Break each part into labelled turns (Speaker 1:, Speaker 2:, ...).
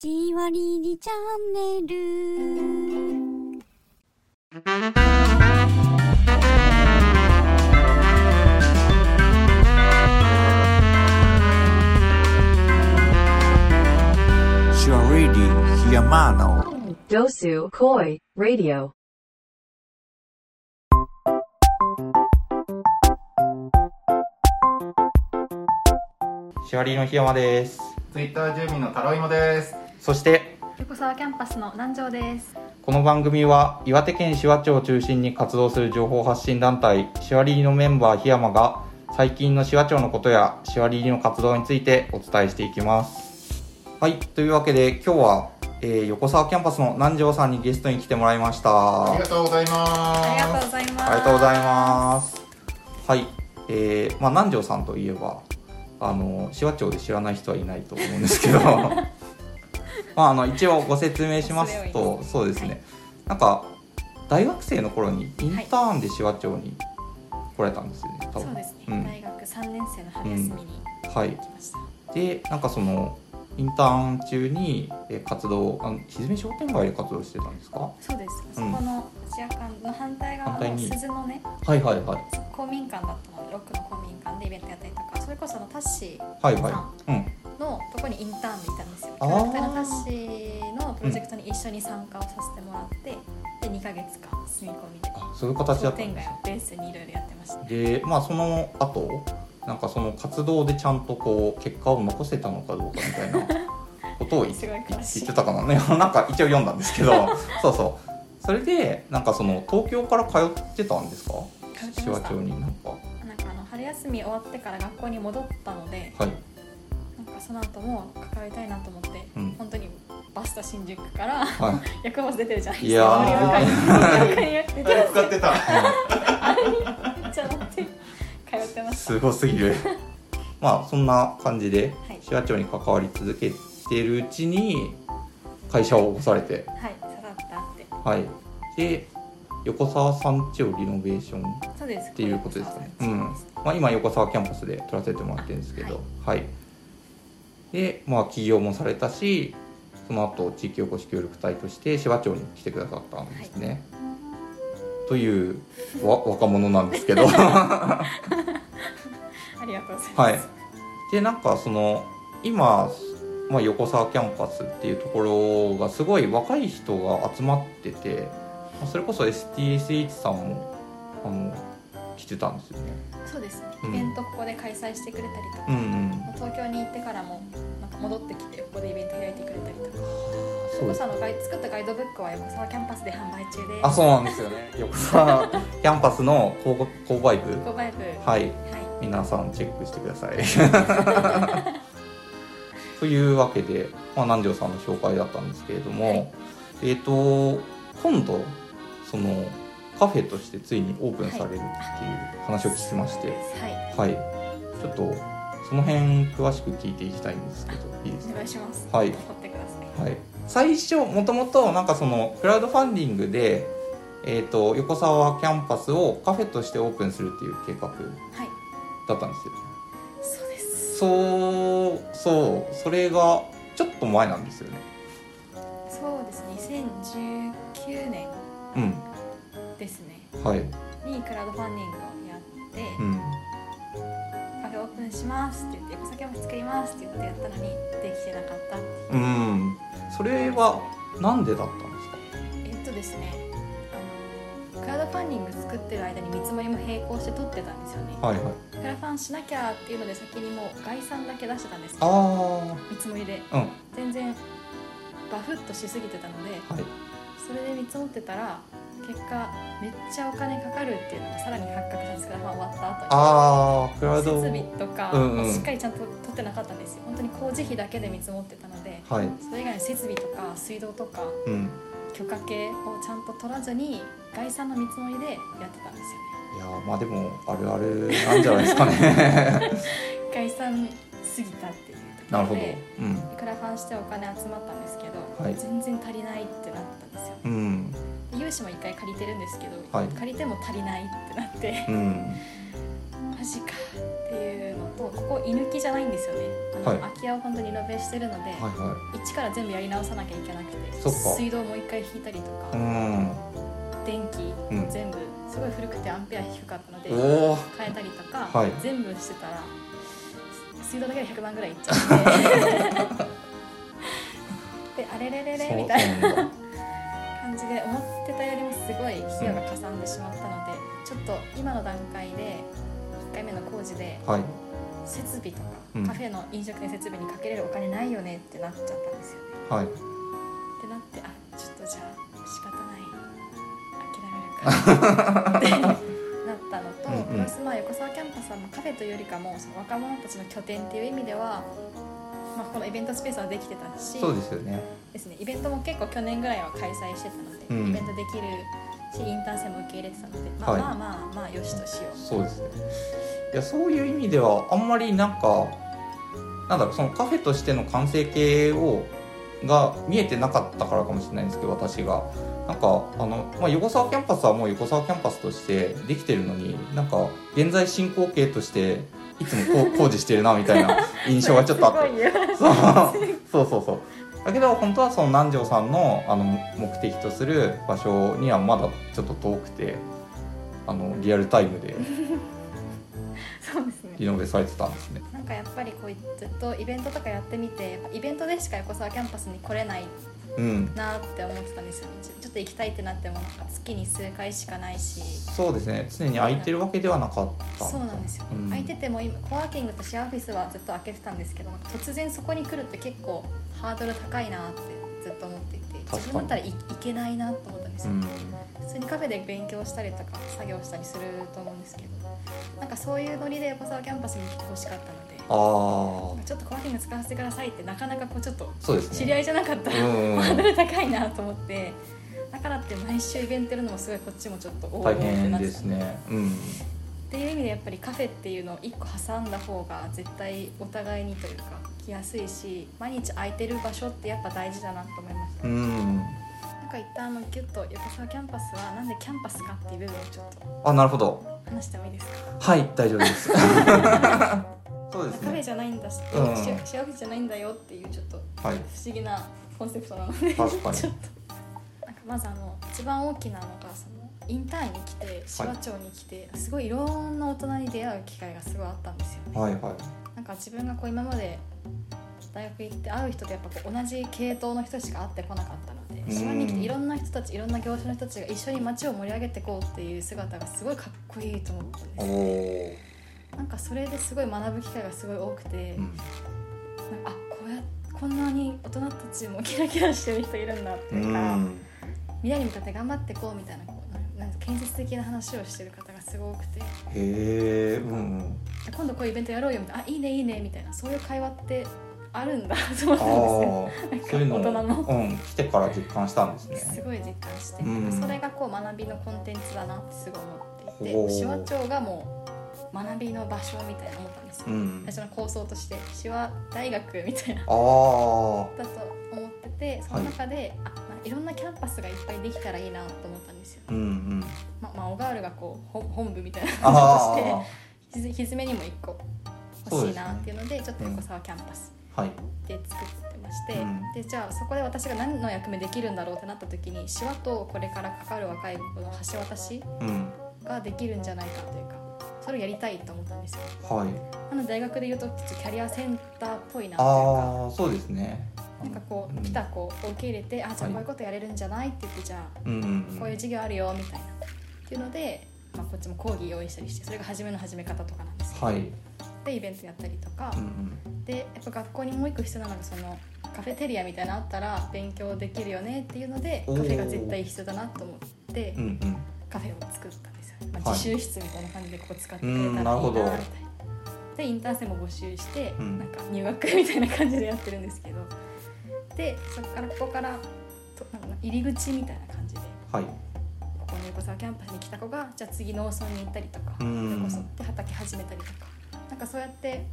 Speaker 1: じわりにチャンネル。
Speaker 2: You are ready, Yamano.
Speaker 3: Dosu Koi Radio.
Speaker 4: しわりのひよまです
Speaker 5: ツイッター住民のタロイモです。
Speaker 4: そして
Speaker 6: 横沢キャンパスの南條です。
Speaker 4: この番組は岩手県紫波町を中心に活動する情報発信団体しわりのメンバーひやまが最近の紫波町のことやしわりの活動についてお伝えしていきますはいというわけで今日は、えー横澤キャンパスの南條さんにゲストに来てもらいました
Speaker 5: ありがとうございます。
Speaker 6: ありがとうございます。
Speaker 4: ありがとうございます。はい、えー、まあ南條さんといえばあの紫波町で知らない人はいないと思うんですけ ど、まああの一応ご説明しますと、そうですね、なんか大学生の頃にインターンで紫波町に来られたんですよね。多
Speaker 6: そう
Speaker 4: 分
Speaker 6: ですね。
Speaker 4: うん
Speaker 6: 大学三年生の春休みに
Speaker 4: はい。
Speaker 6: 来ました。
Speaker 4: でなんかそのインターン中にえー活動あのひずみ商店街で活動してたんですか。
Speaker 6: そうです。そこの試夜館の反対側
Speaker 4: 反対
Speaker 6: の
Speaker 4: に
Speaker 6: 鈴のね
Speaker 4: はいはいはい
Speaker 6: 公民館だったのでロックの公民館でイベントやったりとか、それこそあのタッシー
Speaker 4: はいはい。うん
Speaker 6: のとこにインターンでいたんですよ。
Speaker 4: あ
Speaker 6: 協
Speaker 4: ー
Speaker 6: 力隊のタッシーのプロジェクトに一緒に参加をさせてもらって、で二ヶ月間住み込みで
Speaker 4: あそういう形だ
Speaker 6: 商
Speaker 4: ったん
Speaker 6: 店
Speaker 4: です
Speaker 6: 街
Speaker 4: ね
Speaker 6: を。ベースにいろいろやってました。
Speaker 4: でまあその後なんかその活動でちゃんとこう結果を残せたのかどうかみたいなことを言っ
Speaker 6: す
Speaker 4: て
Speaker 6: ごい
Speaker 4: 言
Speaker 6: 詳
Speaker 4: っ
Speaker 6: しい
Speaker 4: てたかな ねなんか一応読んだんですけど そうそうそれでなんかその東京から通ってたんですか
Speaker 6: 通っ
Speaker 4: 紫
Speaker 6: て
Speaker 4: 波
Speaker 6: ました
Speaker 4: 町になんかは
Speaker 6: なんかあの春休み終わってから学校に戻ったので。
Speaker 4: い
Speaker 6: なんかその後も関わりたいなと思って、
Speaker 4: うん
Speaker 6: 本当にバスタ新宿から
Speaker 4: は
Speaker 6: 薬物出てるじゃない
Speaker 4: いやー
Speaker 6: ー出てる
Speaker 5: 使ってた。
Speaker 6: じゃなくて通ってま
Speaker 4: い
Speaker 6: す
Speaker 4: すごすぎる まあそんな感じで
Speaker 6: はい
Speaker 4: 紫波町に関わり続けてるうちに会社を起こされて
Speaker 6: はいさらっとあって
Speaker 4: はいで横澤さんちをリノベーション
Speaker 6: そうです
Speaker 4: っていうことですね。う
Speaker 6: そ
Speaker 4: ん。まあ今横沢キャンパスで撮らせてもらってるんですけど、はい。で、まあ起業もされたし、その後地域おこし協力隊として芝町に来てくださったんですね。というわ若者なんです けど、は
Speaker 6: ありがとうございます、
Speaker 4: い。でなんかその今。まあ、横沢キャンパスっていうところがすごい若い人が集まっててまあそれこそ STSH さんもあの来てたんですよね。
Speaker 6: そうですね
Speaker 4: う
Speaker 6: イ
Speaker 4: ん
Speaker 6: ベントここで開催してくれたりとか、
Speaker 4: うんうん、
Speaker 6: まあ東京に行ってからもなんか戻ってきてここでイベント開いてくれたりとかそ
Speaker 4: そう
Speaker 6: れ
Speaker 4: で
Speaker 6: こ
Speaker 4: す
Speaker 6: そあのガイ作ったガイドブックは横沢キャンパスで販売中です
Speaker 4: あ、そうなんですよね。横澤キャンパスの購買購買部。
Speaker 6: 購買部は
Speaker 4: はい。
Speaker 6: い
Speaker 4: 皆さんチェックしてください。 というわけで、まあ、南條さんの紹介だったんですけれども、
Speaker 6: はい
Speaker 4: えっ、と、今度、その、カフェとしてついにオープンされるっていう話を聞きまして、
Speaker 6: はい
Speaker 4: はい。ちょっと、その辺詳しく聞いていきたいんですけど、いいですか
Speaker 6: お願いします
Speaker 4: はい
Speaker 6: 撮ってください
Speaker 4: はい、最初もともとなんかそのクラウドファンディングで、えー、と横沢キャンパスをカフェとしてオープンするっていう計画
Speaker 6: はい
Speaker 4: だったんですよ
Speaker 6: そうです
Speaker 4: そうそうそれがちょっと前なんですよね
Speaker 6: そうですね2019年
Speaker 4: うん
Speaker 6: ですね
Speaker 4: はい
Speaker 6: にクラウドファンディングをやっ
Speaker 4: う
Speaker 6: て、
Speaker 4: ん
Speaker 6: カフェオープンしますって言ってお酒も作りますって言ってやったのにできてなかったっていう
Speaker 4: うんそれはなんでだったんですか
Speaker 6: えっとですねあのクラウドファンディング作ってる間に見積もりも並行して取ってたんですよね、
Speaker 4: はいはい
Speaker 6: クラファンしなきゃっていうので先にもう概算だけ出してたんですけど
Speaker 4: あ
Speaker 6: 見積もりで
Speaker 4: あうん
Speaker 6: 全然バフッとしすぎてたので
Speaker 4: はい
Speaker 6: それで見積もってたら結果めっちゃお金かかるっていうのがさらに発覚したんですクラファン終わった後に
Speaker 4: ああクラウ
Speaker 6: 設
Speaker 4: ド
Speaker 6: 備とか、
Speaker 4: うんうん
Speaker 6: しっかりちゃんと取ってなかったんですよ本当に工事費だけで見積もってたので
Speaker 4: はい
Speaker 6: それ以外の設備とか水道とか
Speaker 4: うん
Speaker 6: 許可系をちゃんと取らずに概算の見積もりでやってたんですよ
Speaker 4: いやーまあでもあるあるなんじゃないですか ね
Speaker 6: ね概算すぎたっていうと
Speaker 4: なる
Speaker 6: こ
Speaker 4: ほ
Speaker 6: ろ
Speaker 4: ど
Speaker 6: で
Speaker 4: うん
Speaker 6: クラファンしてお金集まったんですけど、
Speaker 4: はい
Speaker 6: 全然足りないってなったんですよ
Speaker 4: うん
Speaker 6: で融資も一回借りてるんですけど、
Speaker 4: はい
Speaker 6: 借りても足りないってなって
Speaker 4: うん
Speaker 6: マジかってっていうのとここ居抜きじゃないんですよねあの、
Speaker 4: はい
Speaker 6: 空き家を本当にリノベしてるので、
Speaker 4: はいは
Speaker 6: 一から全部やり直さなきゃいけなくて
Speaker 4: そっか
Speaker 6: 水道もう一回引いたりとか、
Speaker 4: い
Speaker 6: 電気
Speaker 4: うん
Speaker 6: 全部すごい古くてアンペア低かったので
Speaker 4: うんお お
Speaker 6: 変えたりとか、
Speaker 4: はい
Speaker 6: 全部してたら水道だけで100万ぐらいいっち ゃって であれれれれみたい
Speaker 4: そ
Speaker 6: な
Speaker 4: うなんだ
Speaker 6: 感じで思ってたよりもすごい費用がかさんでしまったので、ちょっと今の段階で1回目の工事で
Speaker 4: はい
Speaker 6: 設備とか、
Speaker 4: うん
Speaker 6: カフェの飲食店設備にかけれるお金ないよねってなっちゃったんですよ
Speaker 4: はい
Speaker 6: ねってなってあちょっとじゃあ仕方ない諦めるかってなったのと
Speaker 4: うんうん
Speaker 6: プラスまあ横澤キャンパスはまあカフェというよりかもその若者たちの拠点っていう意味では、まあ、このイベントスペースはできてたし
Speaker 4: そうですよね
Speaker 6: ですねイベントも結構去年ぐらいは開催してたので、
Speaker 4: うん
Speaker 6: イベントできるしインターン生も受け入れてたので、まあ
Speaker 4: はい
Speaker 6: まあまあまあよしとしよ
Speaker 4: そうですねいやそういう意味ではあんまりなんかなんだろうそのカフェとしての完成形をが見えてなかったからかもしれないんですけど私がなんかあの、まあ、横沢キャンパスはもう横沢キャンパスとしてできてるのになんか現在進行形としていつもこう工事してるなみたい な印
Speaker 6: う
Speaker 4: 象がちょっとあって
Speaker 6: すごいよ
Speaker 4: そうそうそうそうだけど本当はその南條さんのあの目的とする場所にはまだちょっと遠くてあのリアルタイムで
Speaker 6: そうですね
Speaker 4: リノベされてたんですね
Speaker 6: なんかやっぱりこうずっとイベントとかやってみてやっぱイベントでしか横澤キャンパスに来れない
Speaker 4: うん
Speaker 6: なって思ってたんですよねちょちょっと行きたいってなってもなんか月に数回しかないし
Speaker 4: そうですね常に空いてるわけではなかった
Speaker 6: そうなんですよ、
Speaker 4: うん
Speaker 6: 空いてても今コワーキングとシェアオフィスはずっと開けてたんですけど突然そこに来るって結構ハードル高いなってずっと思っていて
Speaker 4: 確かに
Speaker 6: 自分だったらい行けないなと思ったんです
Speaker 4: う
Speaker 6: よ、
Speaker 4: ん
Speaker 6: 普通にカフェで勉強したりとか作業したりすると思うんですけどなんかそういうノリで横沢キャンパスに来てほしかったので
Speaker 4: あー
Speaker 6: ちょっとコワーキング使わせてくださいってなかなかこうちょっと
Speaker 4: そうですね
Speaker 6: 知り合いじゃなかった
Speaker 4: うん
Speaker 6: ハードル高いなと思ってだからって毎週イベントやるのもすごいこっちもちょっとおー
Speaker 4: 大
Speaker 6: って
Speaker 4: 変
Speaker 6: なっ
Speaker 4: で
Speaker 6: てた
Speaker 4: す
Speaker 6: っ
Speaker 4: ねうん
Speaker 6: ていう意味でやっぱりカフェっていうのを1個挟んだ方が絶対お互いにというか来やすいし毎日空いてる場所ってやっぱ大事だなと思いました、
Speaker 4: うん
Speaker 6: なんか一旦あのギュッと横澤キャンパスはなんでキャンパスかっていう部分をちょっと
Speaker 4: あなるほど
Speaker 6: 話してもいいですか
Speaker 4: はい大丈夫です そうです
Speaker 6: カフェ
Speaker 4: ね
Speaker 6: じゃないんだし、
Speaker 4: うん
Speaker 6: シェシェアオフィスじゃないんだよっていうちょっと不
Speaker 4: はい
Speaker 6: 思議なコンセプトなので、
Speaker 4: 確かに
Speaker 6: ちょっとなんかまずあの一番大きなのがそのインターンに来て紫波町に来て、すごいいろんな大人に出会う機会がすごいあったんですよね。
Speaker 4: はいはい
Speaker 6: なんか自分がこう今まで大学行って会う人とやっぱこう同じ系統の人しか会ってこなかったので
Speaker 4: ん
Speaker 6: 島に来ていろんな人たちいろんな業種の人たちが一緒に街を盛り上げていこうっていう姿がすごいかっこいいと思ったんで
Speaker 4: お
Speaker 6: すよ
Speaker 4: お、
Speaker 6: なんかそれですごい学ぶ機会がすごい多くて、
Speaker 4: うん、
Speaker 6: なんかあこうやこんなに大人たちもキラキラしてる人いるんだって
Speaker 4: う
Speaker 6: いうか、
Speaker 4: ん
Speaker 6: 未来に向かって頑張ってこうみたいなこうなんなんか建設的な話をしてる方がすごくて
Speaker 4: へえうんうん
Speaker 6: 今度こういうイベントやろうよみたいなあいいねいいねみたいなそういう会話ってあるんだ と思っ
Speaker 4: ああ
Speaker 6: たんですよ
Speaker 4: そういうのを
Speaker 6: 大人の
Speaker 4: うん来てから実感したんです
Speaker 6: す
Speaker 4: ね
Speaker 6: ごい実感して、
Speaker 4: うん
Speaker 6: それがこう学びのコンテンツだなってすごい思っていて
Speaker 4: ほう
Speaker 6: 手話町がもう学びの場所みたいな思ったんですよ、
Speaker 4: うん
Speaker 6: 最初の構想として手話大学みたいな
Speaker 4: ああ
Speaker 6: だと思っててその中で、あまあいろんなキャンパスがいっぱいできたらいいなと思ったんですよ、
Speaker 4: うんうん
Speaker 6: まあまあ、オガールがこうほ本部みたいな感じと
Speaker 4: あ
Speaker 6: してひずひずめにも1個欲しいなっていうのでちょっと横沢キャンパス
Speaker 4: あはい
Speaker 6: で作ってまして、
Speaker 4: うん
Speaker 6: でじゃあそこで私が何の役目できるんだろうってなった時に手話とこれからかかる若い子の橋渡し
Speaker 4: うん
Speaker 6: ができるんじゃないかというかそれをやりたいと思ったんですよ
Speaker 4: はい
Speaker 6: なので大学でいうとちょっとキャリアセンターっぽいなというか
Speaker 4: ああそうですね
Speaker 6: なんかこ
Speaker 4: う
Speaker 6: うん来た子を受け入れて、あじゃあこういうことやれるんじゃないって言ってじゃ
Speaker 4: うんうん
Speaker 6: あこういう授業あるよみたいなっていうので、まあ、こっちも講義用意したりしてそれが初めの始め方とかなんですけど、
Speaker 4: はい
Speaker 6: でイベントやったりとか、
Speaker 4: うんうん
Speaker 6: でやっぱ学校にもう一個必要なのがそのカフェテリアみたいなのあったら勉強できるよねっていうのでカ
Speaker 4: お
Speaker 6: フ
Speaker 4: ー
Speaker 6: ェが絶対必要だなと思って
Speaker 4: うんうん
Speaker 6: カフェを作ったんですよ、まあ、
Speaker 4: はい
Speaker 6: 自習室みたいな感じでここ使ってくれ
Speaker 4: うん
Speaker 6: たらいい
Speaker 4: な
Speaker 6: な
Speaker 4: るほ
Speaker 6: み
Speaker 4: ど
Speaker 6: たいな。でインターン生も募集して、
Speaker 4: うん
Speaker 6: なんか入学みたいな感じでやってるんですけどでそこからここからとなんか入り口みたいな感じで
Speaker 4: はい
Speaker 6: ここの横沢キャンパスに来た子がじゃあ次農村に行ったりとか、
Speaker 4: うん
Speaker 6: それこそって畑始めたりとかなんかそうやって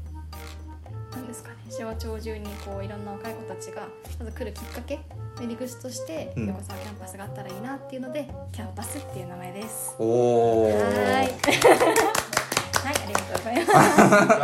Speaker 6: なんですかね昭和町中にこういろんな若い子たちがまず来るきっかけメリクスとして
Speaker 4: うん
Speaker 6: 横沢キャンパスがあったらいいなっていうので、キャンパスっていう名前です。
Speaker 4: おお
Speaker 6: はーい。はい、ありりがとうござ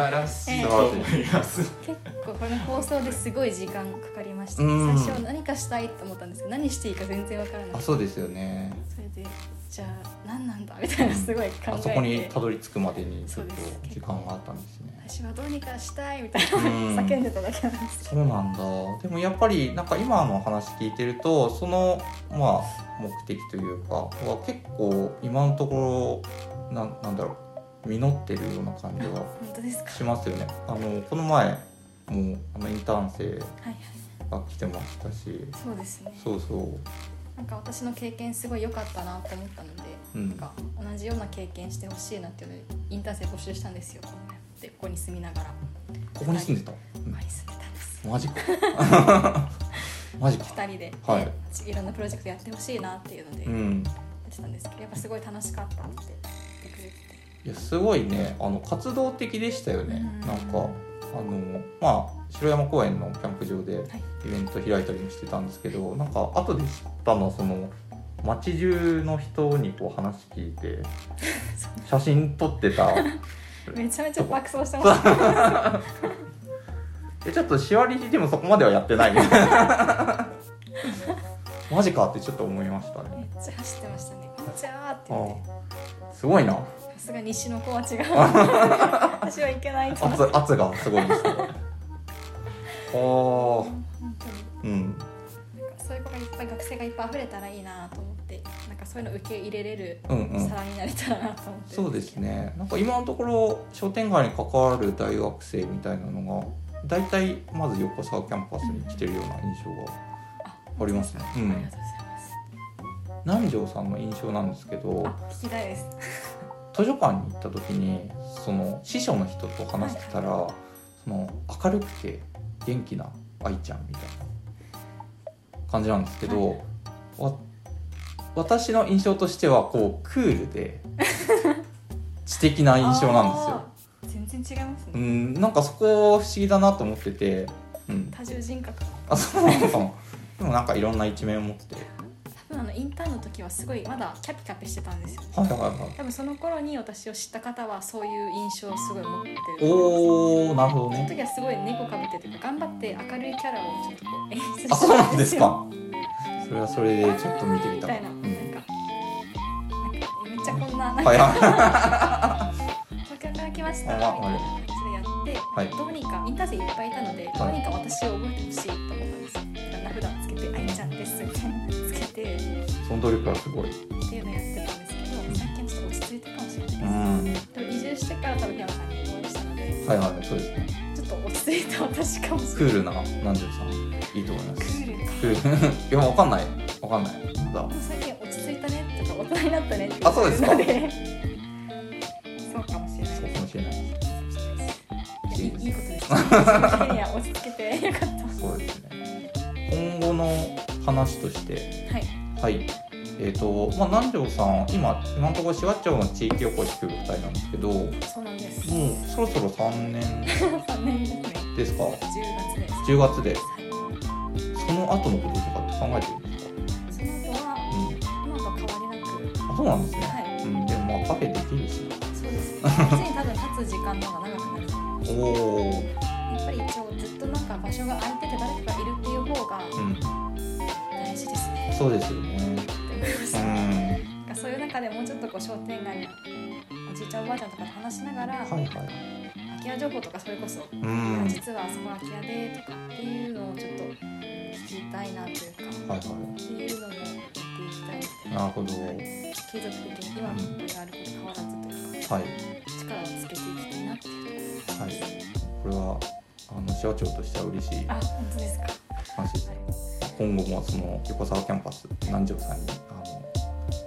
Speaker 6: います
Speaker 5: らしいと思います。
Speaker 6: 結構この放送ですごい時間かかりました、
Speaker 4: うん
Speaker 6: 最初何かしたいと思ったんですけど何していいか全然わからな
Speaker 4: あ
Speaker 6: い
Speaker 4: そうですよね
Speaker 6: それでじゃあ何なんだみたいなすごい考えて、
Speaker 4: あそこにたどり着くまでにちょっと
Speaker 6: そうです
Speaker 4: 時間があったんです ね
Speaker 6: 私はどうにかしたいみたいな
Speaker 4: うん
Speaker 6: 叫んでただけなんですけ
Speaker 4: そうなんだでもやっぱりなんか今の話聞いてるとそのまあ目的というかは結構今のところななんだろう実ってるような感じ
Speaker 6: ど、
Speaker 4: が
Speaker 6: 本当ですか
Speaker 4: しますよねあのこの前もうあのインターン生
Speaker 6: はいはい
Speaker 4: が来てましたし
Speaker 6: そうですね
Speaker 4: そうそう
Speaker 6: なんか私の経験すごい良かったなと思ったので、
Speaker 4: うん
Speaker 6: なんか同じような経験してほしいなっていうのでインターン生募集したんですよこうやってここに住みながらこ
Speaker 4: ここに住んでた、
Speaker 6: こに住んでたんです
Speaker 4: うんマ ジかマジか
Speaker 6: 2人で、
Speaker 4: はい
Speaker 6: でいろんなプロジェクトやってほしいなっていうので
Speaker 4: う
Speaker 6: や
Speaker 4: ん
Speaker 6: ってたんですけど、やっぱすごい楽しかったって言ってくれて
Speaker 4: いやすごいねあの活動的でしたよね、
Speaker 6: うん
Speaker 4: なんかあのまあ城山公園のキャンプ場で
Speaker 6: はい
Speaker 4: イベント開いたりもしてたんですけどなんか後で知ったのはその街中の人にこう話聞い て写真撮ってた
Speaker 6: めちゃめちゃ爆走してました
Speaker 4: えちょっとしわりでもそこまではやってない みたいなマジかってちょっと思いました
Speaker 6: めっ
Speaker 4: ね
Speaker 6: ちゃ走ってましたね「こんにちは」って言っ
Speaker 4: あ
Speaker 6: て
Speaker 4: すごいな
Speaker 6: さすが西の子は違う 私はいけないと思って
Speaker 4: 圧 圧がすごいですねああ
Speaker 6: 本当に
Speaker 4: うん
Speaker 6: なんかそういう子がいっぱい学生がいっぱい溢れたらいいなと思ってなんかそういうの受け入れれる
Speaker 4: うんうん
Speaker 6: 皿になれたらなと思って、
Speaker 4: そうですねなんか今のところ商店街に関わる大学生みたいなのが大体まず横沢キャンパスに来てるような印象が
Speaker 6: あ
Speaker 4: ありますね、う
Speaker 6: あり
Speaker 4: ん、
Speaker 6: がとうございます
Speaker 4: 南條さんの印象なんですけど
Speaker 6: あ聞きたいです
Speaker 4: 図書館に行った時にその司書の人と話してたら、その明るくて元気な愛ちゃんみたいな感じなんですけど、わ私の印象としてはこうクールで知的な印象なんですよ。
Speaker 6: ですよ全然違いますね、
Speaker 4: うん、なんかそこ不思議だなと思ってて、うん、
Speaker 6: 多重人格
Speaker 4: あそうなのかもでもなんかいろんな一面を持って
Speaker 6: 多分あのインターンの時はすごいまだキャピキャピしてたんですよ
Speaker 4: はいはいはい
Speaker 6: 多分その頃に私を知った方はそういう印象をすごい持ってると
Speaker 4: お
Speaker 6: 思います
Speaker 4: ーなるほど
Speaker 6: その
Speaker 4: ね
Speaker 6: 時はすごい猫かぶってて頑張って明るいキャラをちょっとこう演出して
Speaker 4: あそうなんです
Speaker 6: よ
Speaker 4: かそれはそれでちょっと見てみたか
Speaker 6: みた
Speaker 4: っ
Speaker 6: い
Speaker 4: た
Speaker 6: な、
Speaker 4: うん
Speaker 6: なんかなんかめっちゃこんななんか
Speaker 4: はいは
Speaker 6: お客が来ましたみ
Speaker 4: あ
Speaker 6: た
Speaker 4: あ
Speaker 6: いな
Speaker 4: あれ
Speaker 6: 感じでやって、
Speaker 4: はい
Speaker 6: どうにかインターン生いっぱいいたので、どうにか私を覚えてほしいと思ったんですよ。だから札つけて「あいちゃんです」みたいなのつけてっ
Speaker 4: いその努力はすごい
Speaker 6: ていうのやってたんですけど最近はちょっと落ち着いたかもしれないです
Speaker 4: う。ん
Speaker 6: でも移住してから多分平野さんに応援したので
Speaker 4: はいはいそうですね
Speaker 6: ちょっと落ち着いた私かもし
Speaker 4: ク
Speaker 6: れな
Speaker 4: ール
Speaker 6: い。
Speaker 4: な南條さんいいと思いま
Speaker 6: ク
Speaker 4: す
Speaker 6: ールか。
Speaker 4: クールいやわかんないわかんないまだ
Speaker 6: 最近落ち着いたねとか大人になったねって
Speaker 4: あそうですか
Speaker 6: 言ってるのでそうかもしれない
Speaker 4: そう
Speaker 6: で
Speaker 4: かもしれない
Speaker 6: す。いやいいいいことです。いや落ち着けてよかった。
Speaker 4: そうですね今後の話として
Speaker 6: はい。
Speaker 4: はい。えっ、と、まあ、南條さん、今、 今のところ、紫波町の地域おこし協力隊なんですけど、もう、
Speaker 6: そうなんです。
Speaker 4: そろそろ3年
Speaker 6: 3年ですね。
Speaker 4: ですか
Speaker 6: 10月です。
Speaker 4: 10月で、
Speaker 6: は
Speaker 4: その後のこととかって考えてるんですか
Speaker 6: い。その後は今と変わりなく、
Speaker 4: うん。あ、そうなんですね。
Speaker 6: はい。
Speaker 4: うん、でも、まあ、カフェできるし。
Speaker 6: そうですね。別に多分立つ時間の方が長くなる。
Speaker 4: おお、
Speaker 6: やっぱり一応ずっとなんか場所が空いてて誰かがいるっていう方が
Speaker 4: うん、
Speaker 6: 大事ですね。
Speaker 4: そうですよね。
Speaker 6: って思います。
Speaker 4: う
Speaker 6: なん
Speaker 4: ん、は
Speaker 6: かそういう中でもうちょっとこう商店街のおじいちゃんおばあちゃんとかと話しながら、
Speaker 4: いはい。
Speaker 6: 空き家情報とかそれこそ、
Speaker 4: うん、はい
Speaker 6: 実はあそこ空き家でとかっていうのをちょっと聞きたいなというか。
Speaker 4: はい。
Speaker 6: っていうのもやっていきたいみたい
Speaker 4: なるほど。
Speaker 6: 継続的に今のことがあること変わらずというか
Speaker 4: はい。
Speaker 6: 力をつけていきたいなっていう
Speaker 4: はい。これは、あの、紫波町としては嬉しい
Speaker 6: あ本当ですか
Speaker 4: 話ですね。今後もその横澤キャンパス南條さんにあの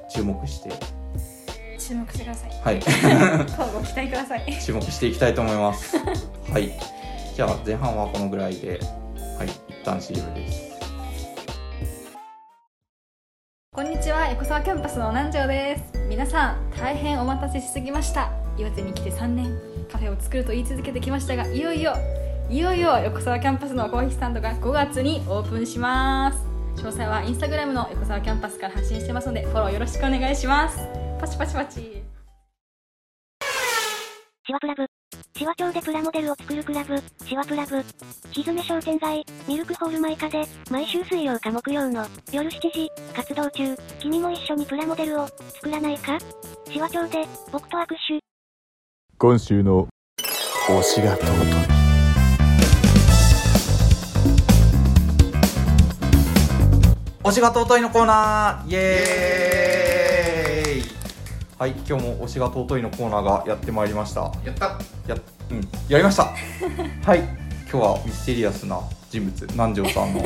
Speaker 4: 注目して
Speaker 6: 注目してください
Speaker 4: はい
Speaker 6: 今後ご期待くだ さい
Speaker 4: 注目していきたいと思いますはいじゃあ前半はこのぐらいではい一旦 CM です
Speaker 6: こんにちは横澤キャンパスの南條です皆さん大変お待たせしすぎました岩手に来て3年カフェを作ると言い続けてきましたがいよいよいよいよ横澤キャンパスのコーヒースタンドが5月にオープンします詳細はインスタグラムの横澤キャンパスから発信してますのでフォローよろしくお願いしますパチパチパチ
Speaker 7: シワプラブ。シワ町でプラモデルを作るクラブ、シワプラブ。ひずめ商店街、ミルクホールマイカで、毎週水曜か木曜の夜7時、活動中、君も一緒にプラモデルを作らないかシワ町で、僕と握手。
Speaker 8: 今週の推しが尊い
Speaker 4: 推しが尊いのコーナーイエーイはい今日も推しが尊いのコーナーがやってまいりました
Speaker 5: やった
Speaker 4: や,、うん、やりましたはい今日はミステリアスな人物南條さんの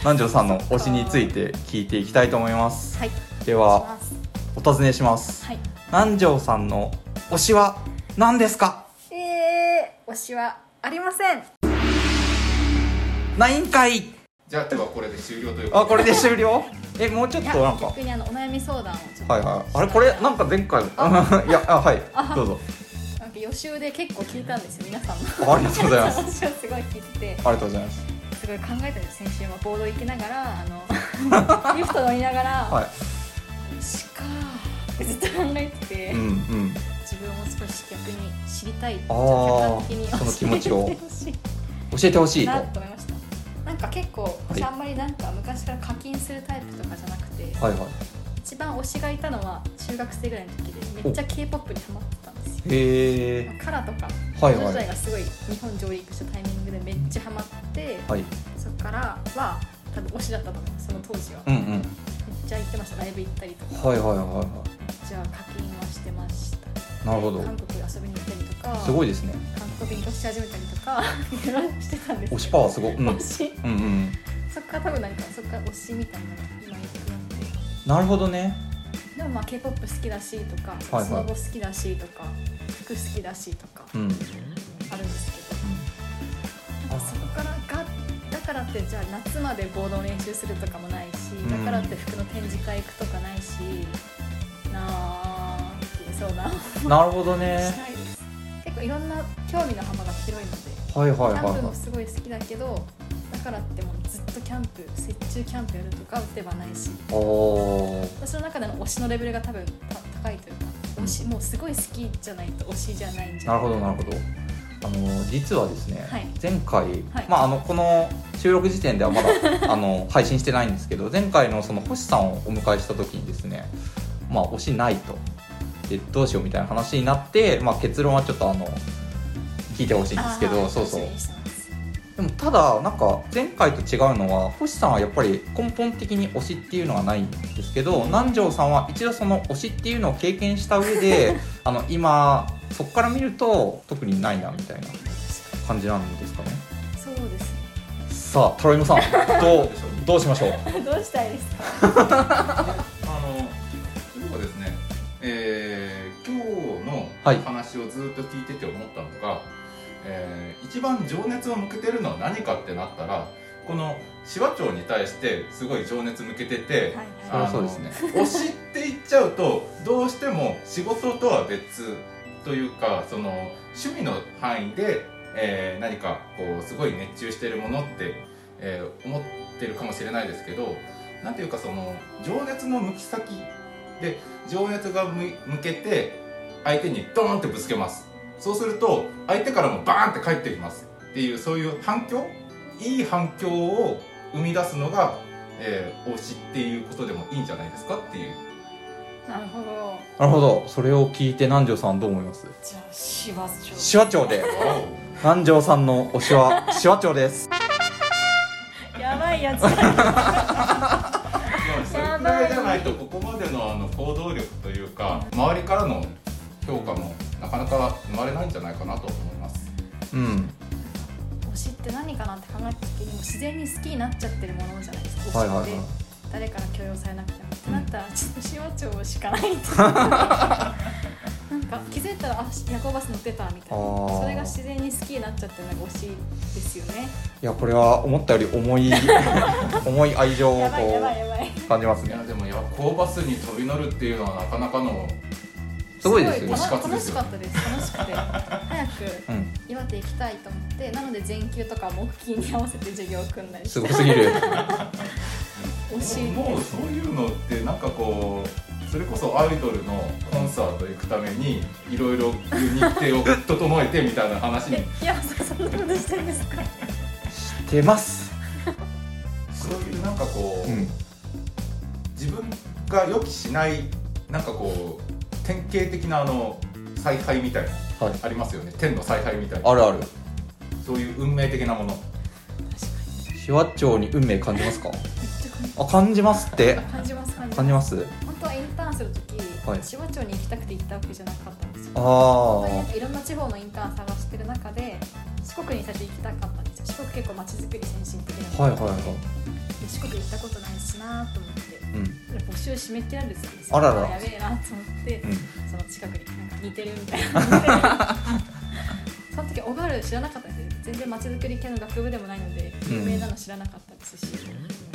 Speaker 4: 南條さんの推しについて聞いていきたいと思います
Speaker 6: はい
Speaker 4: で
Speaker 6: し
Speaker 4: は
Speaker 6: ます
Speaker 4: お尋ねします
Speaker 6: はい
Speaker 4: 南條さんの推しは何ですか
Speaker 6: えー、推しはありません
Speaker 4: ないんかい
Speaker 5: じゃあ今日はこれで終了という
Speaker 4: あこ
Speaker 5: れ
Speaker 4: れで終了えもうちょっ
Speaker 6: い
Speaker 4: と
Speaker 6: や
Speaker 4: なんか
Speaker 6: 逆にあのお悩み相談をちょっと、
Speaker 4: はいはいあれこれなんか前回いやあはいどうぞ
Speaker 6: なんか予習で結構聞いたんですよ皆さんの
Speaker 4: あありがとうござい ます
Speaker 6: 話をすごい聞いてて
Speaker 4: ありがとうございます
Speaker 6: すごい考えたんです先週はボード行きながらあ のリフト乗りながら、
Speaker 4: はい
Speaker 6: しかってずっと考えてて、
Speaker 4: うんうん
Speaker 6: 自分も少し逆に知りたい
Speaker 4: あ
Speaker 6: 客
Speaker 4: ー
Speaker 6: 観的に
Speaker 4: その気持ちを
Speaker 6: 教えてほし
Speaker 4: 教えてほしい
Speaker 6: い
Speaker 4: と
Speaker 6: な
Speaker 4: は
Speaker 6: と思いましたなんか結構私あんまりなんか昔から課金するタイプとかじゃなくて、
Speaker 4: いは
Speaker 6: 一番推しがいたのは中学生ぐらいの時でめっちゃ k p o p にハマってたんですよ
Speaker 4: いへえ
Speaker 6: カラーとか
Speaker 4: はい
Speaker 6: 少女
Speaker 4: は
Speaker 6: 時代
Speaker 4: い
Speaker 6: がすごい日本上陸したタイミングでめっちゃハマって
Speaker 4: はい
Speaker 6: そっからは多分推しだったと思うその当時は、
Speaker 4: うん
Speaker 6: め
Speaker 4: う
Speaker 6: っ
Speaker 4: ん
Speaker 6: ちゃ行ってましたライブ行ったりとか
Speaker 4: はいはいはいは
Speaker 6: じゃあ課金はしてました
Speaker 4: いなるほど
Speaker 6: 韓国で遊びに行ったりとか
Speaker 4: すごいですね
Speaker 6: 韓国勉強し始めたりとかいろいろしてたんですけど
Speaker 4: 推しパワーすごいうんうん
Speaker 6: 推し
Speaker 4: うん
Speaker 6: そっから多分なんかそっから推しみたいなのが今いなくなって
Speaker 4: なるほどね
Speaker 6: でもまあ k p o p 好きだしとか、
Speaker 4: はい
Speaker 6: スノボ好きだしとか服好きだしとか
Speaker 4: うん
Speaker 6: あるんですけど、なんかそこからがだからってじゃあ夏までボードの練習するとかもないし、
Speaker 4: ん
Speaker 6: だからって服の展示会行くとかないしなあっていう相談をし
Speaker 4: なるほどね
Speaker 6: たいです結構いろんな興味の幅が広いので
Speaker 4: はいはいはい
Speaker 6: キャンプ
Speaker 4: は
Speaker 6: もすごい好きだけどだからってもうずっとキャンプ雪中キャンプやるとかではないし
Speaker 4: いおー
Speaker 6: 私の中での推しのレベルが多分た高いというか推しもうすごい好きじゃないと推しじゃないんじゃ
Speaker 4: なるほど
Speaker 6: な
Speaker 4: なるほどあの実はですね、
Speaker 6: はい
Speaker 4: 前回、
Speaker 6: はい
Speaker 4: まあ、あのこの収録時点では まだあの配信してないんですけど前回のその星さんをお迎えした時にですねまあ推しないとでどうしようみたいな話になって、まあ、結論はちょっとあの聞いてほしいんですけ
Speaker 6: あ
Speaker 4: ど
Speaker 6: ー
Speaker 4: そうそう
Speaker 6: 楽しみにしてます
Speaker 4: でもただなんか前回と違うのは星さんはやっぱり根本的に推しっていうのはないんですけど南條さんは一度その推しっていうのを経験した上 であの今そこから見ると特にないなみたいな感じなんですかね
Speaker 6: そうです ね
Speaker 4: さあトロイモさ んどうどうしましょう
Speaker 6: どうしたいですか
Speaker 5: あのというかですねえー、今日の
Speaker 4: はい
Speaker 5: お話をずっと聞いてて思ったのが、えー一番情熱を向けてるのは何かってなったらこの紫波町に対してすごい情熱向けてて、
Speaker 6: はいはい
Speaker 5: あの
Speaker 4: そりゃそうで
Speaker 5: 推しって言っちゃうとどうしても仕事とは別というかその趣味の範囲で、えー何かこうすごい熱中してるものって、えー思ってるかもしれないですけどなんていうかその情熱の向き先で情熱が向い向けて相手にドーンってぶつけますそうすると相手からもバーンって返ってきますっていうそういう反響いい反響を生み出すのが、えー推しっていうことでもいいんじゃないですかっていう
Speaker 6: なるほど
Speaker 4: なるほどそれを聞いて南條さんどう思います
Speaker 6: じゃあします
Speaker 4: 手話町で南條さんの推しは手話町です
Speaker 6: やばいやつ
Speaker 5: それくらいじゃないとここまでのあの行動力というか周りからの評価もなかなか生まれないんじゃないかなと思います
Speaker 4: うん
Speaker 6: 推しって何かなって考えた時にもう自然に好きになっちゃってるものじゃないですか推しって、
Speaker 4: はいはいはい
Speaker 6: 誰から強要されなくてもってなったらちょっとしわちょうしかないっていうなんか気づいたらあ夜行バス乗ってたみたい
Speaker 4: あ
Speaker 6: な
Speaker 4: ー
Speaker 6: それが自然に好きになっちゃってるのが推しですよね
Speaker 4: いやこれは思ったより重 い重い愛情を
Speaker 6: やばいや
Speaker 4: こ
Speaker 6: ばいやばいう
Speaker 4: 感じます
Speaker 5: い
Speaker 4: ね
Speaker 5: やでも夜行バスに飛び乗るっていうのはなかなかの
Speaker 4: すごいですよね
Speaker 6: 楽
Speaker 5: 推し活
Speaker 6: 楽
Speaker 5: です
Speaker 6: し
Speaker 5: よ
Speaker 6: かったです楽しくて早
Speaker 4: う
Speaker 6: く
Speaker 4: ん
Speaker 6: 岩手行きたいと思ってなので全休とか木金に合わせて授業を組んだりし
Speaker 4: す
Speaker 6: て
Speaker 4: ごすぎる
Speaker 6: 推し
Speaker 5: もうそういうのってなんかこうそれこそアイドルのコンサート行くためにいろいろ日程を整えてみたいな話に
Speaker 6: いやそそんなことしてるんですか
Speaker 4: 出ます
Speaker 5: そういうなんかこう、
Speaker 4: うん
Speaker 5: 自分が予期しないなんかこう典型的なあの采配みたいな
Speaker 4: はい
Speaker 5: ありますよね天の采配みたいな
Speaker 4: あるある
Speaker 5: そういう運命的なもの
Speaker 4: 紫波町に運命感じますかあ感じますって
Speaker 6: 感じます感じま
Speaker 4: 感
Speaker 6: す
Speaker 4: じます
Speaker 6: 本当はインターンするとき、
Speaker 4: はい
Speaker 6: 千葉町に行きたくて行ったわけじゃなかったんですよ
Speaker 4: あ
Speaker 6: 本当になんかいろんな地方のインターン探してる中で四国に最初行きたかったんですよ四国結構まちづくり先進的
Speaker 4: あは
Speaker 6: な
Speaker 4: いはいは
Speaker 6: で四国行ったことないしなと思って
Speaker 4: いうん
Speaker 6: で募集締め切られてたんです
Speaker 4: あらら
Speaker 6: やべえなと思って、
Speaker 4: うん
Speaker 6: その近くになんか似てるみたいな 感じでその時小樽知らなかったんですよ全然まちづくり系の学部でもないので
Speaker 4: うん
Speaker 6: 有名なの知らなかったですし、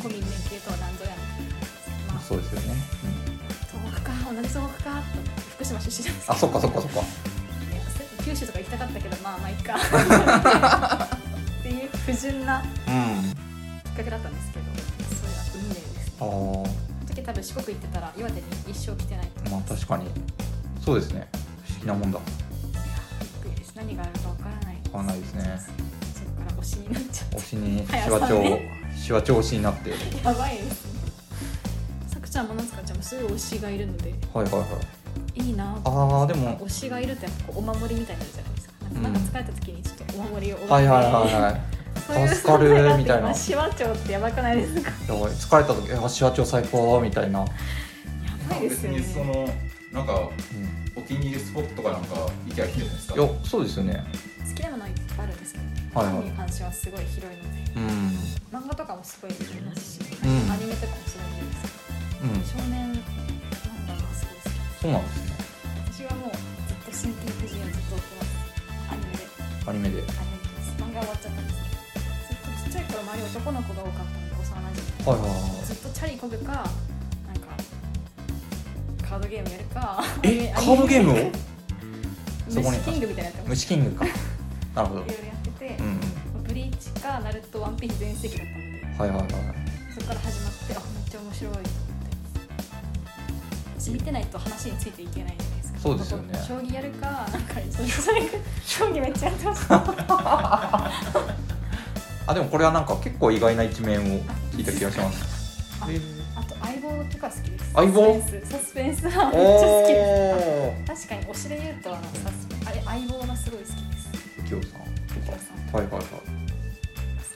Speaker 6: コミ民連系とは何ぞやみたいな、まあ、
Speaker 4: そうですよね、うん
Speaker 6: 東北か同じ東北かと思って福島出身なんですけど
Speaker 4: あそっかそっかそっか
Speaker 6: いや九州とか行きたかったけどまあまあいっかっていう不純な
Speaker 4: うん
Speaker 6: きっかけだったんですけどそれが運命ですね
Speaker 4: ああ
Speaker 6: その時多分四国行ってたら岩手に一生来てないと思い
Speaker 4: まあ
Speaker 6: ます
Speaker 4: 確かにそうですね不思議なもんだ
Speaker 6: びっくりです何があるかわからない
Speaker 4: わかんないですね
Speaker 6: そこから推しになっちゃ
Speaker 4: 推しに
Speaker 6: 早
Speaker 4: 紫
Speaker 6: さ
Speaker 4: 波町
Speaker 6: ね
Speaker 4: 紫波町推しになってはい
Speaker 6: ってやばいですねさくちゃんもなんですかじゃあすごい推しがいるので
Speaker 4: はいはい
Speaker 6: いいなあ
Speaker 4: ああでも
Speaker 6: 推しがいるってやっぱこうお守りみたいになるじゃないですかなんか
Speaker 4: うん
Speaker 6: なんか疲れた時にちょっとお守りをお
Speaker 4: はいはいはいはい
Speaker 6: そういう
Speaker 4: 助かる
Speaker 6: 存在があって
Speaker 4: みたいな
Speaker 6: 今シワ町ってやばくないですか
Speaker 4: やばい疲れた時「えあ紫波町最高」みたいな、うん、
Speaker 6: やばいです
Speaker 5: 別
Speaker 6: よね
Speaker 5: にそのなんか
Speaker 4: い
Speaker 5: お気に入りスポットかなんか行きゃいいじゃないですか
Speaker 4: やそうですよね
Speaker 6: 好きなものはいっぱいあるんですけどね
Speaker 4: はいはい
Speaker 6: 本に関してはすごい広いので
Speaker 4: うん
Speaker 6: 漫画とかもすごい見ますし、
Speaker 4: うん
Speaker 6: アニメとかもすごい見るんです
Speaker 4: うん
Speaker 6: けど少年漫画がすごい好き
Speaker 4: そうなんですね
Speaker 6: 私はもうずっと新規不自由ずっと追ってますアニメで
Speaker 4: アニメで
Speaker 6: アニメです漫画終わっちゃったんですけどずっとちっちゃい頃周り男の子が多かったので幼なじみ
Speaker 4: はいはいは
Speaker 6: ずっとチャリこぐかなんかカードゲームやるか
Speaker 4: いえカードゲーム をそこに
Speaker 6: 虫キングみたいなやつ
Speaker 4: 虫キングかなるほど
Speaker 6: いろいろやって
Speaker 4: う、
Speaker 6: て
Speaker 4: ん
Speaker 6: ブリーチかナルトワンピース全盛期だったので
Speaker 4: はいはいはい
Speaker 6: そこから始まってあめっちゃ面白いと思って私見てないと話についていけないじゃないですか
Speaker 4: そうですよね
Speaker 6: 将棋やるかなんかそれそれ将棋めっちゃやってました
Speaker 4: あでもこれはなんか結構意外な一面を聞いた気がします
Speaker 6: あと相棒とか好きです
Speaker 4: 相棒
Speaker 6: サスペンスサスペンスは
Speaker 4: お
Speaker 6: めっちゃ好きで
Speaker 4: お
Speaker 6: す確かに推しで言うとあのサスペあれ相棒がすごい好きです
Speaker 4: 右京さん
Speaker 6: 右京さん
Speaker 4: はいはいはい
Speaker 6: す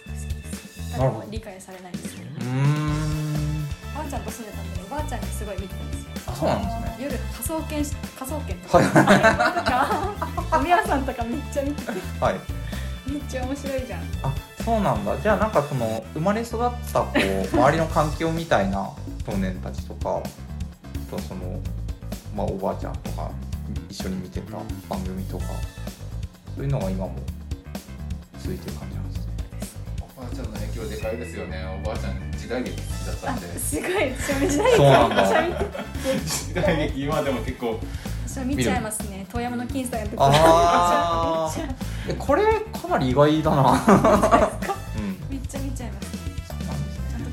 Speaker 6: ごい好きです
Speaker 4: なる
Speaker 6: 誰
Speaker 4: ほど
Speaker 6: も理解されないんですけど
Speaker 4: うーん
Speaker 6: ばあちゃんと住んでたんでおばあちゃんにすごい見てたんですよ
Speaker 4: あそうなんですね
Speaker 6: 夜科捜研し科捜研とか、
Speaker 4: はい
Speaker 6: とかおみやさんとかめっちゃ見てて
Speaker 4: はい
Speaker 6: めっちゃ面白いじゃん
Speaker 4: あそうなんだじゃあなんかその生まれ育ったこう周りの環境みたいな 少年たちとかあとはその、まあ、おばあちゃんとか一緒に見てた番組とかそういうのが今も続いてる感じなんですね
Speaker 5: おばあちゃんの影響でかいですよねおばあちゃん時代劇好きだったんで
Speaker 6: すごい私も時代劇
Speaker 4: そうなんだ
Speaker 6: めっちゃ見て
Speaker 5: 時代劇今でも結構
Speaker 6: 私は見ちゃいますね遠山の金さんやって
Speaker 4: あー
Speaker 6: めっちゃ
Speaker 4: えこれかなり意外だ なうん
Speaker 6: めっちゃ見ちゃいますね
Speaker 4: そうなんです
Speaker 6: ちゃん
Speaker 4: ね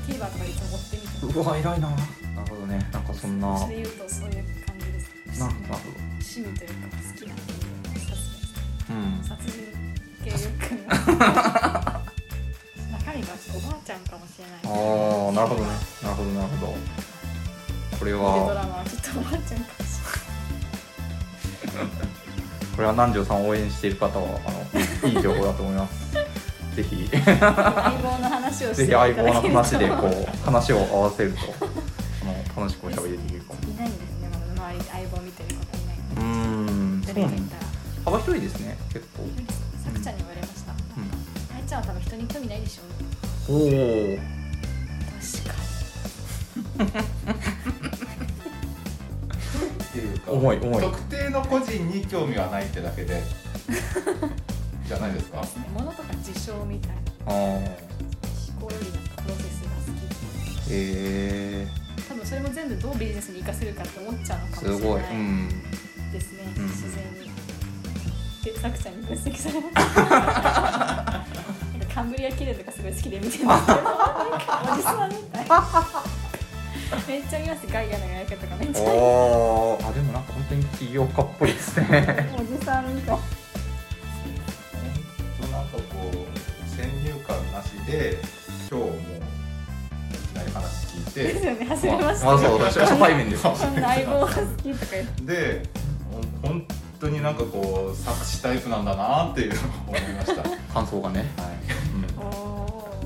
Speaker 6: と TVer とかいつも追ってみて
Speaker 4: うわ偉いななるほどねなんかそんなな
Speaker 6: それ言うとそういう感じです
Speaker 4: なんか
Speaker 6: 趣味というか好きなサス
Speaker 4: うん
Speaker 6: ペンス殺人系よ く中身がおばあちゃんかもしれない
Speaker 4: ああなるほどねなるほどなるほどこれは
Speaker 6: テレドラマはちょっとおばあちゃんかもし
Speaker 4: これは南條さんを応援している方はあのいいいい情報だと思い ます。ぜひ
Speaker 6: れない相棒の話をして
Speaker 4: ぜ
Speaker 6: い
Speaker 4: ひ
Speaker 6: ただ
Speaker 4: 相
Speaker 6: け
Speaker 4: 棒
Speaker 6: ると
Speaker 4: の話でこ う話を合わせるとあの楽しくおしゃべりできるかも。
Speaker 6: いないんですね、まだ周りで相棒見てる方いない。
Speaker 4: うーんそう
Speaker 6: 誰
Speaker 4: な
Speaker 6: かい
Speaker 4: んだ
Speaker 6: たら、
Speaker 4: 幅広いですね結構。
Speaker 6: さくちゃんに言われました。なんか、あいちゃんは多分人に興味ないでしょ
Speaker 4: おお
Speaker 6: 確か
Speaker 5: っていうか
Speaker 4: 重い重い
Speaker 5: 特定の個人に興味はないってだけ でじゃないですか
Speaker 6: に。物とか事象みたいな
Speaker 4: あー
Speaker 6: 思考よりなんかプロセスが好
Speaker 4: へえ
Speaker 6: き。多分それも全部どうビジネスに生かせるかって思っちゃうのか
Speaker 4: す
Speaker 6: もしれ
Speaker 4: ごい。
Speaker 6: な
Speaker 4: う
Speaker 6: い
Speaker 4: ん
Speaker 6: ですね、
Speaker 4: うん
Speaker 6: 自然に。で、さくちゃんに分析されました。なんかカンブリア紀元とかすごい好きで見てるんですけど、なんかおじさんみたい。めっちゃ見ますガイアの夜明けとかめっちゃ
Speaker 4: おーあでもなんか本当に起業家っぽいです ね
Speaker 6: おじさんみたい
Speaker 5: ほんとなんかこう先入観なしで今日もいきなり話聞い
Speaker 6: です
Speaker 5: て
Speaker 6: よね初めまして
Speaker 4: あそう私初対面です
Speaker 6: こんな相棒が好きとか言って
Speaker 5: でほん本当になんかこう作詞タイプなんだなっていうのを思いましたはい
Speaker 4: 感想がね
Speaker 6: おお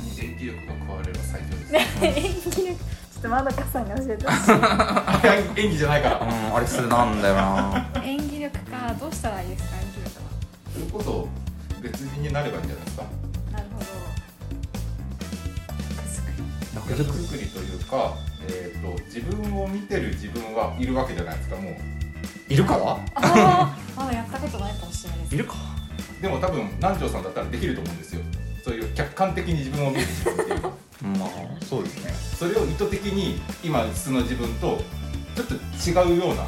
Speaker 5: 二次力が加われば最強です
Speaker 6: 演技力ちょっとまだかさんに教えてほし
Speaker 5: 演技じゃないから
Speaker 4: うんあれすなんだよない
Speaker 6: 演技力かどうしたらいいですか演技力は
Speaker 5: それこそ別人になればいいんじゃないですか
Speaker 6: なるほど役作り
Speaker 5: 役作りというか、えー、と自分を見てる自分はいるわけじゃないですかもう
Speaker 4: いるかは
Speaker 6: ああまだやったことないかもしれないです
Speaker 4: いるか
Speaker 5: でも多分南條さんだったらできると思うんですよそういう客観的に自分を見る自分っていうか
Speaker 4: まあそうですね
Speaker 5: それを意図的に今素の自分とちょっと違うような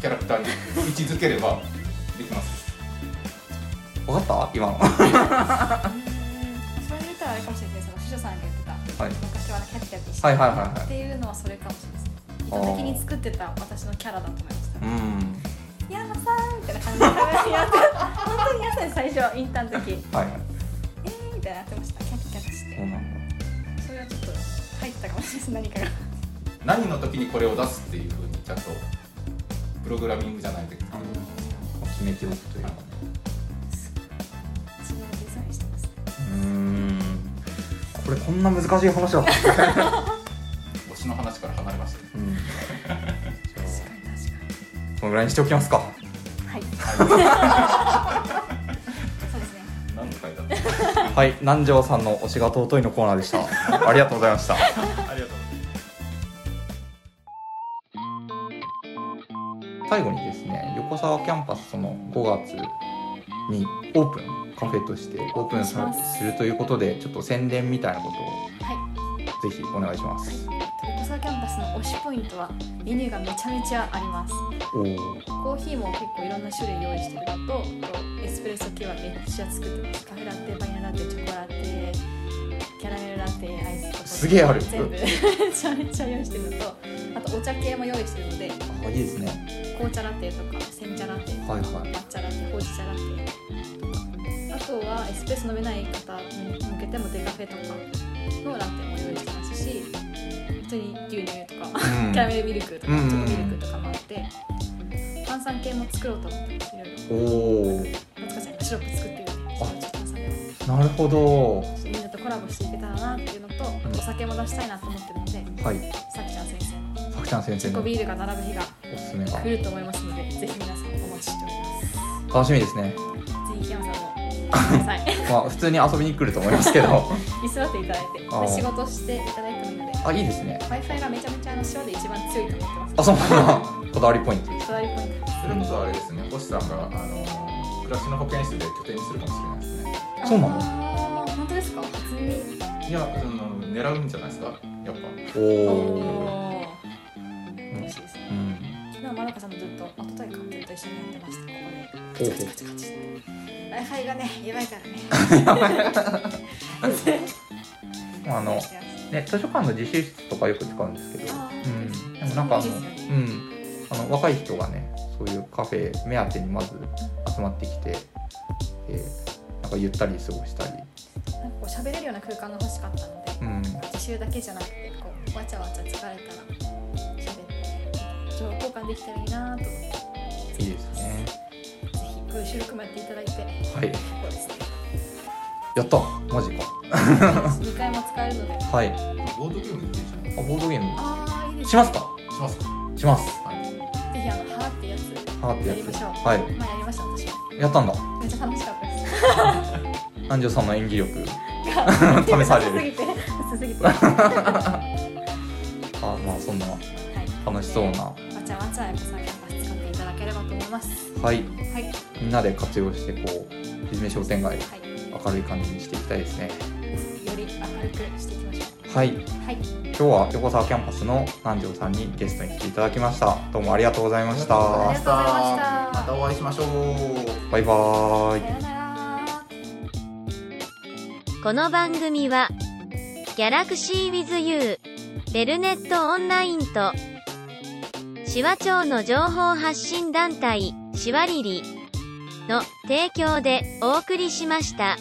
Speaker 5: キャラクターに位置づければできます
Speaker 4: わかった今の
Speaker 6: うんそれで言ったらあれかもしれないですその師匠さんが言ってた、
Speaker 4: い
Speaker 6: 昔はキャピキャピして、
Speaker 4: はいはいはいはい
Speaker 6: っていうのはそれかもしれないです意図的に作ってた私のキャラだと思いました
Speaker 4: うん
Speaker 6: 「山さん!」みたいな 感じで可愛いやって本当に優しい最初インターンの 時
Speaker 4: はいはい
Speaker 6: 「えー!」みたいなやってましたキャピキャピし
Speaker 4: そう
Speaker 6: て
Speaker 4: なんだ
Speaker 6: それはちょっと入ったかもしれないです何かが
Speaker 5: 何の時にこれを出すっていうふうにちゃんとプログラミングじゃないですけど
Speaker 4: 決めておくというかね
Speaker 6: 自分でデザインしてますね
Speaker 4: うーんこれこんな難しい話だった
Speaker 5: 推しの話から離れましたね
Speaker 4: うん
Speaker 6: 確かに確かに
Speaker 4: このぐらいにしておきますか
Speaker 6: はいそうですね
Speaker 5: 何の回だった
Speaker 4: はい南條さんの推しが尊いのコーナーでしたありがとうございました
Speaker 5: ありがとう
Speaker 4: 最後にですね横沢キャンパスその5月にオープンカフェとしてオープンするするということでちょっと宣伝みたいなこと
Speaker 6: はい
Speaker 4: をぜひお願いします
Speaker 6: 横沢キャンパスの推しポイントはメニューがめちゃめちゃあります
Speaker 4: おお
Speaker 6: コーヒーも結構いろんな種類用意してるのとあとエスプレッソ系はめっちゃ作ってますカフェラテバニララテチョコラテキャラメルラテアイスとか
Speaker 4: すげえある
Speaker 6: 全部 めちゃめちゃ用意してるのとあとお茶系も用意してるので
Speaker 4: いいですね
Speaker 6: 紅茶ラテとか煎茶ラテ
Speaker 4: はいはい
Speaker 6: 抹茶ラテほうじ茶ラテとかあとはエスプレッソ飲めない方に向けてもデカフェとかのラテも用意してますし普通に牛乳とか
Speaker 4: うん
Speaker 6: キャラメルミルクとか、
Speaker 4: うん
Speaker 6: ちょっとミルクとかもあって、炭酸系も作ろうと思ってますいろいろ。
Speaker 4: おお
Speaker 6: 夏香ちゃんがシロップ作ってるんで、シロップ炭酸で
Speaker 4: なるほど
Speaker 6: みんなとコラボしていけたらなっていうのと、
Speaker 4: ん
Speaker 6: お酒も出したいなと思ってるので、
Speaker 4: はい
Speaker 6: さきちゃん先生の
Speaker 4: さきちゃん先生
Speaker 6: チョコ
Speaker 4: の
Speaker 6: ビールが並ぶ日が
Speaker 4: おすすめが
Speaker 6: 来ると思いますので、ぜひ皆さんお待ちして
Speaker 4: 楽しみですね
Speaker 6: おります。ぜひ山さんも来てください。
Speaker 4: まあ普通に遊びに来ると思いますけど
Speaker 6: 居座っていただいて、
Speaker 4: あー
Speaker 6: で仕事していただいてもいいので、
Speaker 4: あいいですね
Speaker 6: Wi-Fi がめちゃめちゃあの塩で一番強いと思って
Speaker 4: あ
Speaker 6: ます。
Speaker 4: そうなこだわりポイント
Speaker 6: こだわりポイント。
Speaker 5: それこそあれですね星さんがあの暮らしの保健室で拠点にするかもしれないですね
Speaker 4: そうなの
Speaker 6: の。本当ですか。初耳。
Speaker 5: いや、あの狙うんじゃないですか、やっぱ。
Speaker 4: おお
Speaker 6: おー嬉しいですね
Speaker 4: うん
Speaker 6: 昨日まなかさんとずっとおとといかずっと一緒にやってましたこ
Speaker 4: ほ
Speaker 6: こ
Speaker 4: う
Speaker 6: で
Speaker 4: ほう
Speaker 6: カチカチカチカチって Wi-Fi がねやばいからね
Speaker 4: あのね、図書館の自習室とかよく使うんですけど、
Speaker 6: あ
Speaker 4: う
Speaker 6: ー
Speaker 4: ん、でもなんかあの、
Speaker 6: いいですよね
Speaker 4: うん、あの若い人がねそういうカフェ目当てにまず集まってきて、えーなんかゆったり過ごしたり、
Speaker 6: なんかこう喋れるような空間が欲しかったので
Speaker 4: うん、
Speaker 6: 自習だけじゃなくてこうわちゃわちゃ疲れたら喋って情報交換できたらいいなと思って
Speaker 4: いいですね。
Speaker 6: ぜひこういう収録もやっていただいて
Speaker 4: はい、
Speaker 6: こうですね
Speaker 4: やった、マジか。
Speaker 6: 2回も使えるので
Speaker 4: はい、
Speaker 5: ボードゲームでいいじゃない
Speaker 4: あボードゲーム
Speaker 6: ああいいです
Speaker 4: し
Speaker 6: ね
Speaker 4: ますか？
Speaker 5: しますか。
Speaker 4: します。
Speaker 6: ぜひあの「はー」ってやつ
Speaker 4: はーってや
Speaker 6: やりま
Speaker 4: つ。
Speaker 6: しょう
Speaker 4: は
Speaker 6: まあやりました私も
Speaker 4: い、やったんだ。
Speaker 6: めっちゃ楽しかったです
Speaker 4: 南條さんの演技力、
Speaker 6: が
Speaker 4: 試される
Speaker 6: 薄すぎて薄すぎては
Speaker 4: あ、まあそんない楽しそうな、
Speaker 6: わちゃわちゃやっぱさキャンパス使っていただければと思います
Speaker 4: はい、
Speaker 6: はいはい
Speaker 4: みんなで活用してこう、ひじめ商店街
Speaker 6: よ
Speaker 4: 明るい感じにしていきたいですね。
Speaker 6: り明るくしていきましょ
Speaker 4: はい。
Speaker 6: うはい
Speaker 4: 今日は横沢キャンパスの南條さんにゲストに来ていただきましたどうもありがとうございました
Speaker 6: ありがとうございました
Speaker 5: またお会いしましょう。
Speaker 4: バイバーイ
Speaker 6: さようなら
Speaker 9: この番組は、ギャラクシー with you
Speaker 7: ベルネットオンラインと、シワ町の情報発信団体、シワリリの提供でお送りしました。